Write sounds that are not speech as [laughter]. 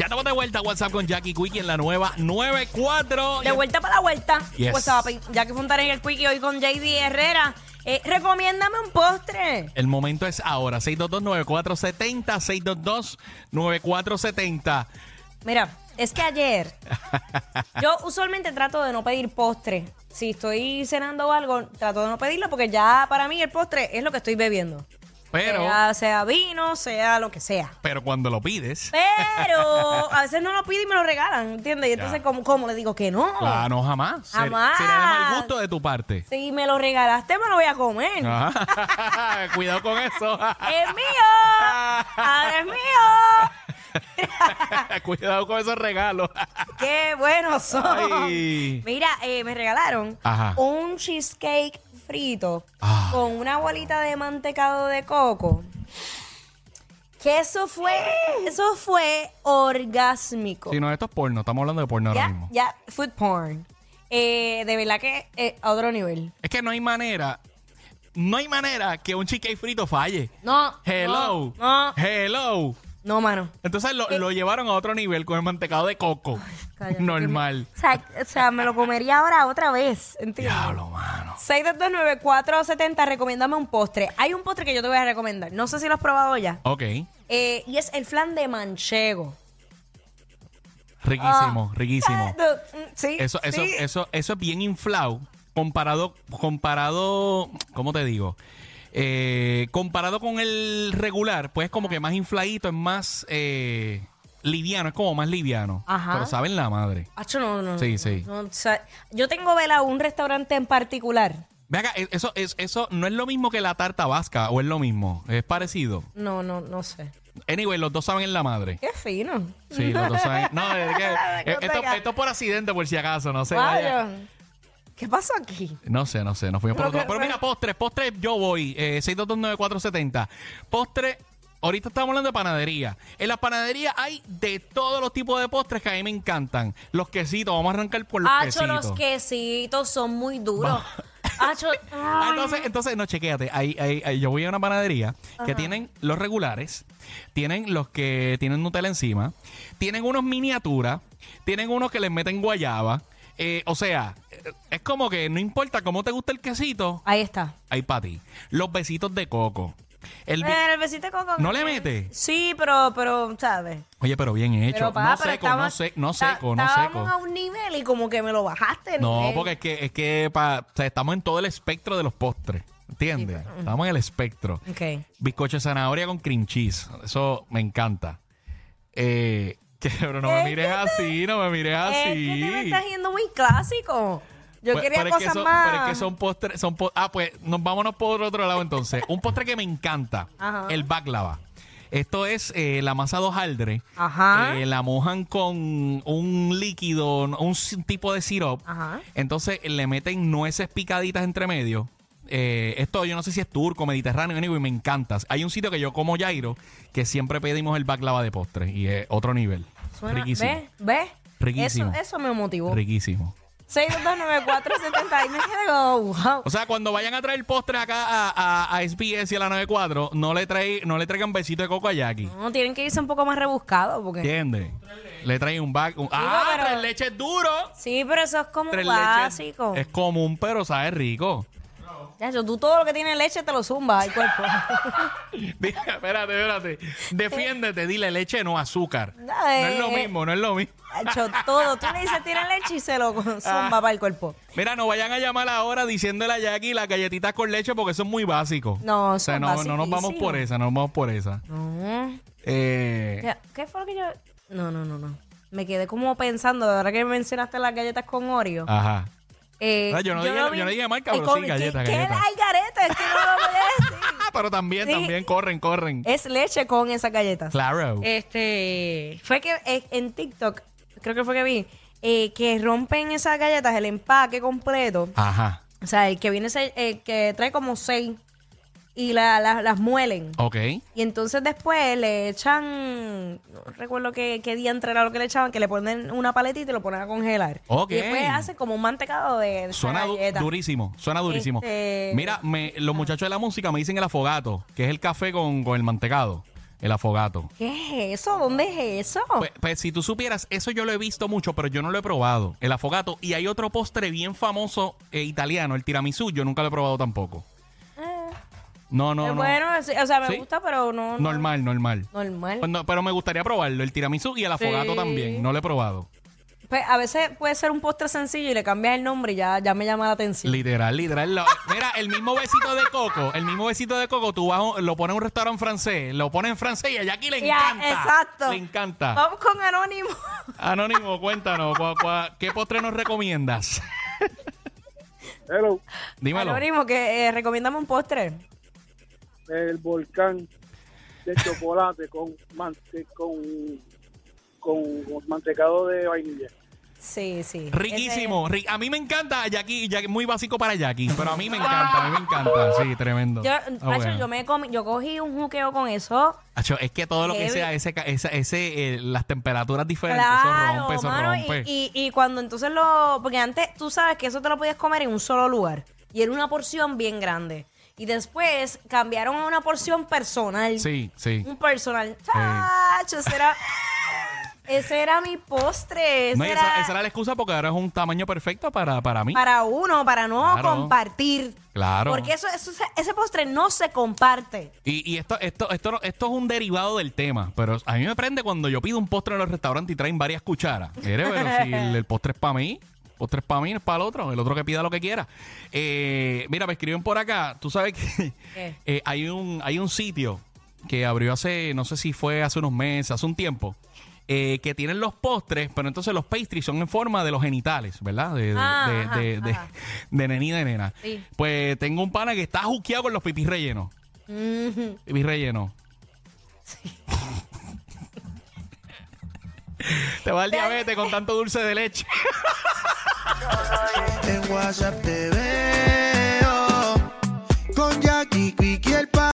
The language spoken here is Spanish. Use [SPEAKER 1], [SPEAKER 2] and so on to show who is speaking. [SPEAKER 1] estamos de vuelta a WhatsApp con Jackie Quickie en la nueva 94.
[SPEAKER 2] De vuelta para la vuelta.
[SPEAKER 1] Yes.
[SPEAKER 2] Pues, papi, Jackie Fontana en el Quickie hoy con JD Herrera. Eh, recomiéndame un postre.
[SPEAKER 1] El momento es ahora. 622-9470. 622-9470.
[SPEAKER 2] Mira, es
[SPEAKER 1] [laughs]
[SPEAKER 2] que ayer yo usualmente trato de no pedir postre. Si estoy cenando o algo, trato de no pedirlo porque ya para mí el postre es lo que estoy bebiendo.
[SPEAKER 1] Pero,
[SPEAKER 2] Sea, sea vino, sea lo que sea.
[SPEAKER 1] pero cuando lo pides.
[SPEAKER 2] Pero a veces no lo pido y me lo regalan, ¿entiendes? Y entonces,
[SPEAKER 1] Ya.
[SPEAKER 2] ¿cómo, cómo le digo que no?
[SPEAKER 1] Claro, no, jamás. Ser-
[SPEAKER 2] Jamás.
[SPEAKER 1] Sería de mal gusto de tu parte.
[SPEAKER 2] Si me lo regalaste, me lo voy a comer.
[SPEAKER 1] Ah. Ajá. [laughs] Cuidado con eso.
[SPEAKER 2] ¡Es mío! ¡Ahora es mío!
[SPEAKER 1] Cuidado con esos
[SPEAKER 2] [laughs]
[SPEAKER 1] regalos.
[SPEAKER 2] ¡Qué buenos son!
[SPEAKER 1] Ay.
[SPEAKER 2] Mira, eh, me regalaron
[SPEAKER 1] Ajá.
[SPEAKER 2] un cheesecake frito
[SPEAKER 1] Ah.
[SPEAKER 2] con una bolita de mantecado de coco. Que eso fue, eso fue orgásmico.
[SPEAKER 1] Si no, esto es porno. Estamos hablando de porno ahora
[SPEAKER 2] ya,
[SPEAKER 1] mismo.
[SPEAKER 2] ya, food porn. Eh, de verdad que eh, a otro nivel.
[SPEAKER 1] Es que no hay manera. No hay manera que un cheesecake frito falle.
[SPEAKER 2] No.
[SPEAKER 1] Hello.
[SPEAKER 2] No, no,
[SPEAKER 1] Hello.
[SPEAKER 2] no, mano.
[SPEAKER 1] Entonces lo,
[SPEAKER 2] Eh.
[SPEAKER 1] lo llevaron a otro nivel con el mantecado de coco.
[SPEAKER 2] Cállate,
[SPEAKER 1] Normal.
[SPEAKER 2] que me- o, sea, o sea, me lo comería ahora otra vez. ¿Entiendes?
[SPEAKER 1] Diablo, mano.
[SPEAKER 2] 6229470, recomiéndame un postre. Hay un postre que yo te voy a recomendar. No sé si lo has probado ya.
[SPEAKER 1] Ok.
[SPEAKER 2] Eh, y es el flan de manchego.
[SPEAKER 1] Riquísimo,
[SPEAKER 2] Ah,
[SPEAKER 1] riquísimo.
[SPEAKER 2] no, mm, [laughs] sí.
[SPEAKER 1] Eso, eso,
[SPEAKER 2] sí.
[SPEAKER 1] eso, eso es bien inflado comparado, comparado, ¿cómo te digo? Eh, comparado con el regular, pues es como que más infladito, es más eh, liviano, es como más liviano.
[SPEAKER 2] Ajá.
[SPEAKER 1] Pero saben la madre.
[SPEAKER 2] Acho, no, no, no,
[SPEAKER 1] Sí,
[SPEAKER 2] no,
[SPEAKER 1] sí.
[SPEAKER 2] no, o sea, yo tengo vela un restaurante en particular.
[SPEAKER 1] Ve acá, e- eso, es, eso no es lo mismo que la tarta vasca, o es lo mismo, es parecido.
[SPEAKER 2] No, no, no sé.
[SPEAKER 1] Anyway, los dos saben en la madre.
[SPEAKER 2] Qué fino.
[SPEAKER 1] Sí, los dos saben. No, es que, eh, esto,
[SPEAKER 2] tenga.
[SPEAKER 1] esto es por accidente, por si acaso, no sé.
[SPEAKER 2] Vaya. ¿Qué pasó aquí?
[SPEAKER 1] No sé, no sé, no fuimos por
[SPEAKER 2] Creo
[SPEAKER 1] otro.
[SPEAKER 2] que
[SPEAKER 1] Pero
[SPEAKER 2] fue-
[SPEAKER 1] mira, postres, postres, yo voy, eh, 6229470. Postre, ahorita estamos hablando de panadería. En las panaderías hay de todos los tipos de postres que a mí me encantan. Los quesitos, vamos a arrancar por los
[SPEAKER 2] Hacho,
[SPEAKER 1] quesitos.
[SPEAKER 2] los quesitos son muy duros. [laughs] Hacho,
[SPEAKER 1] Ah, Entonces, entonces, no, chequéate. Ahí, ahí, ahí, yo voy a una panadería que tienen los regulares, tienen los que tienen Nutella encima, tienen unos miniaturas, tienen unos que les meten guayaba. Eh, o sea, eh, es como que no importa cómo te gusta el quesito,
[SPEAKER 2] ahí está.
[SPEAKER 1] Ay, para ti. Los besitos de coco. El bi-
[SPEAKER 2] Eh, el besito de coco.
[SPEAKER 1] ¿No le mete?
[SPEAKER 2] Sí, pero, pero, ¿sabes?
[SPEAKER 1] Oye, pero bien hecho.
[SPEAKER 2] Pero, papá,
[SPEAKER 1] no,
[SPEAKER 2] pero
[SPEAKER 1] seco, no,
[SPEAKER 2] estábamos-
[SPEAKER 1] se- no
[SPEAKER 2] ta-
[SPEAKER 1] seco, no
[SPEAKER 2] estábamos
[SPEAKER 1] seco,
[SPEAKER 2] a un nivel y como que me lo bajaste. el
[SPEAKER 1] no
[SPEAKER 2] nivel.
[SPEAKER 1] porque es que, es que pa- o sea, estamos en todo el espectro de los postres. ¿Entiendes? Estamos en el espectro.
[SPEAKER 2] Ok.
[SPEAKER 1] Bizcocho de zanahoria con cream cheese. Eso me encanta. Eh, [laughs] que, pero no me
[SPEAKER 2] Es
[SPEAKER 1] mires así, no me mires
[SPEAKER 2] Es
[SPEAKER 1] así.
[SPEAKER 2] que te me estás yendo muy clásico.
[SPEAKER 1] Ah,
[SPEAKER 2] Yo
[SPEAKER 1] Pues,
[SPEAKER 2] quería
[SPEAKER 1] pero es que
[SPEAKER 2] cosas
[SPEAKER 1] son-
[SPEAKER 2] más.
[SPEAKER 1] Pero es que son postres. Son po- ah, pues nos vámonos por otro lado entonces. Un postre que me encanta:
[SPEAKER 2] Ajá.
[SPEAKER 1] el baklava. Esto es eh, la masa de hojaldre.
[SPEAKER 2] Ajá.
[SPEAKER 1] Eh, la mojan con un líquido, un si- tipo de sirope.
[SPEAKER 2] Ajá.
[SPEAKER 1] Entonces le meten nueces picaditas entre medio. Eh, esto yo no sé si es turco, mediterráneo, anyway, me encanta. Hay un sitio que yo como Jairo que siempre pedimos el baklava de postre y es otro nivel.
[SPEAKER 2] Suena-
[SPEAKER 1] riquísimo.
[SPEAKER 2] ¿Ves? ¿Ves?
[SPEAKER 1] Riquísimo.
[SPEAKER 2] Eso, eso me motivó.
[SPEAKER 1] Riquísimo. [laughs]
[SPEAKER 2] 6229470 y me quedo, wow.
[SPEAKER 1] O sea, cuando vayan a traer postres acá a, a- a SBS y a la 94, no le, trae, no le traigan besito de coco a Jackie.
[SPEAKER 2] No, tienen que irse un poco más rebuscados porque...
[SPEAKER 1] ¿Entiendes? Le traen un bag. un- ¡Ah!
[SPEAKER 2] pero-
[SPEAKER 1] ¡Tres leches duro!
[SPEAKER 2] Sí, pero eso es como
[SPEAKER 1] Tres
[SPEAKER 2] clásico.
[SPEAKER 1] leches. Es común, pero sabe rico. [laughs]
[SPEAKER 2] Ya, yo, tú todo lo que tiene leche te lo zumba al cuerpo. [laughs]
[SPEAKER 1] Dile, espérate, espérate. Defiéndete, dile leche, no azúcar. No es
[SPEAKER 2] Eh.
[SPEAKER 1] lo mismo, no es lo mismo.
[SPEAKER 2] Hacho, todo. Tú le dices tiene leche y se lo
[SPEAKER 1] Ah.
[SPEAKER 2] zumba para el cuerpo.
[SPEAKER 1] Mira, no vayan a llamar ahora diciéndole a Jackie las galletitas con leche porque eso es muy básico.
[SPEAKER 2] No,
[SPEAKER 1] o sea,
[SPEAKER 2] son
[SPEAKER 1] no, no nos vamos
[SPEAKER 2] basiquísimos.
[SPEAKER 1] por esa, no nos vamos por esa.
[SPEAKER 2] No.
[SPEAKER 1] Eh,
[SPEAKER 2] ¿Qué, qué fue lo que yo.? No, no, no, no. Me quedé como pensando, ahora que mencionaste las galletas con Oreo.
[SPEAKER 1] Ajá.
[SPEAKER 2] eh,
[SPEAKER 1] Ah, yo no dije- yo no dije marca, pero
[SPEAKER 2] Ay, con-
[SPEAKER 1] sí, galleta,
[SPEAKER 2] ¿Qué,
[SPEAKER 1] galleta.
[SPEAKER 2] ¿Qué galletas? Es que no lo voy
[SPEAKER 1] [laughs]
[SPEAKER 2] a decir.
[SPEAKER 1] Ah, pero también,
[SPEAKER 2] Sí. Eh,
[SPEAKER 1] también, corren, corren.
[SPEAKER 2] Es leche con esas galletas.
[SPEAKER 1] Claro.
[SPEAKER 2] eh, Este. Fue que eh, en TikTok, creo que fue que vi, eh, que rompen esas galletas, el empaque completo.
[SPEAKER 1] Ajá.
[SPEAKER 2] O sea, el que viene, se- el que trae como seis y la- la- las muelen.
[SPEAKER 1] Ok.
[SPEAKER 2] Y entonces después le echan, no recuerdo qué, qué día era lo que le echaban, que le ponen una paletita y lo ponen a congelar.
[SPEAKER 1] Ok.
[SPEAKER 2] Y después hacen como un mantecado de, de
[SPEAKER 1] Suena du-
[SPEAKER 2] galleta.
[SPEAKER 1] durísimo, suena durísimo.
[SPEAKER 2] Este-
[SPEAKER 1] Mira, me- los muchachos de la música me dicen el afogato, que es el café con, con el mantecado. el afogato.
[SPEAKER 2] ¿Qué es eso? ¿Dónde es eso?
[SPEAKER 1] Pues, pues, si tú supieras, eso yo lo he visto mucho, pero yo no lo he probado, el afogato. Y hay otro postre bien famoso eh, italiano, el tiramisú, yo nunca lo he probado tampoco. No, no,
[SPEAKER 2] Eh,
[SPEAKER 1] no.
[SPEAKER 2] Bueno, sí, o sea, me
[SPEAKER 1] Sí.
[SPEAKER 2] gusta, pero no. no-
[SPEAKER 1] Normal, normal.
[SPEAKER 2] Normal.
[SPEAKER 1] Pues no, pero me gustaría probarlo, el tiramisú y el afogato
[SPEAKER 2] Sí.
[SPEAKER 1] también, no lo he probado.
[SPEAKER 2] Pues, a veces puede ser un postre sencillo y le cambias el nombre y ya, ya me llama la atención.
[SPEAKER 1] Literal, literal. lo- mira, el mismo besito de coco, el mismo besito de coco, tú vas, a un- lo pones en un restaurante francés, lo pones en francés y a Jackie le
[SPEAKER 2] Ya,
[SPEAKER 1] encanta.
[SPEAKER 2] exacto. Oh.
[SPEAKER 1] Le encanta.
[SPEAKER 2] Vamos con Anónimo.
[SPEAKER 1] Anónimo, cuéntanos, ¿cuá- cuá- ¿qué postre nos
[SPEAKER 2] [laughs]
[SPEAKER 1] recomiendas?
[SPEAKER 3] Hello,
[SPEAKER 1] Dímelo.
[SPEAKER 2] Anónimo, que eh, recomiéndame un postre.
[SPEAKER 3] el volcán de chocolate con, mante- con, con, con mantecado de vainilla.
[SPEAKER 2] Sí, sí.
[SPEAKER 1] Riquísimo. ri- a mí me encanta, a Jackie, Jackie- muy básico para Jackie, pero a mí me encanta, a mí me encanta. Sí, tremendo.
[SPEAKER 2] Ese- Ah. Yo,
[SPEAKER 1] Ah,
[SPEAKER 2] macho,
[SPEAKER 1] bueno.
[SPEAKER 2] yo me comí- yo cogí un juqueo con eso.
[SPEAKER 1] Acho, es que todo lo que
[SPEAKER 2] Heavy.
[SPEAKER 1] sea, ese, ca- esa- ese, eh, las temperaturas diferentes, eso
[SPEAKER 2] Claro,
[SPEAKER 1] rompe, eso
[SPEAKER 2] mano,
[SPEAKER 1] rompe.
[SPEAKER 2] Y, y, y cuando entonces lo. Porque antes tú sabes que eso te lo podías comer en un solo lugar. Y era una porción bien grande. Y después cambiaron a una porción personal.
[SPEAKER 1] Sí, sí.
[SPEAKER 2] Un personal. Chacho, ese era. ese era mi postre. Ese
[SPEAKER 1] No, y
[SPEAKER 2] era,
[SPEAKER 1] esa, esa era la excusa porque ahora es un tamaño perfecto para, para mí.
[SPEAKER 2] para uno, para no
[SPEAKER 1] Claro.
[SPEAKER 2] compartir.
[SPEAKER 1] Claro.
[SPEAKER 2] Porque eso, eso- ese postre no se comparte.
[SPEAKER 1] Y, y esto, esto, esto, no- esto es un derivado del tema, pero a mí me prende cuando yo pido un postre en los restaurantes y traen varias cucharas. Mire, pero
[SPEAKER 2] [laughs]
[SPEAKER 1] si el, el postre es para mí, el postre es para mí, no es para el otro, el otro que pida lo que quiera. Eh, mira, me escriben por acá, tú sabes que
[SPEAKER 2] ¿Qué?
[SPEAKER 1] eh, hay, un, hay un sitio que abrió hace, no sé si fue hace unos meses, hace un tiempo. eh, que tienen los postres, pero entonces los pastries son en forma de los genitales, ¿verdad? De, de,
[SPEAKER 2] Ah,
[SPEAKER 1] de-
[SPEAKER 2] ajá,
[SPEAKER 1] de- de-
[SPEAKER 2] ajá.
[SPEAKER 1] de nena y de nena.
[SPEAKER 2] Sí.
[SPEAKER 1] Pues tengo un pana que está juqueado con los pipis rellenos. Pipis rellenos. Te va el diabetes con tanto dulce de leche.
[SPEAKER 4] En WhatsApp te veo con ya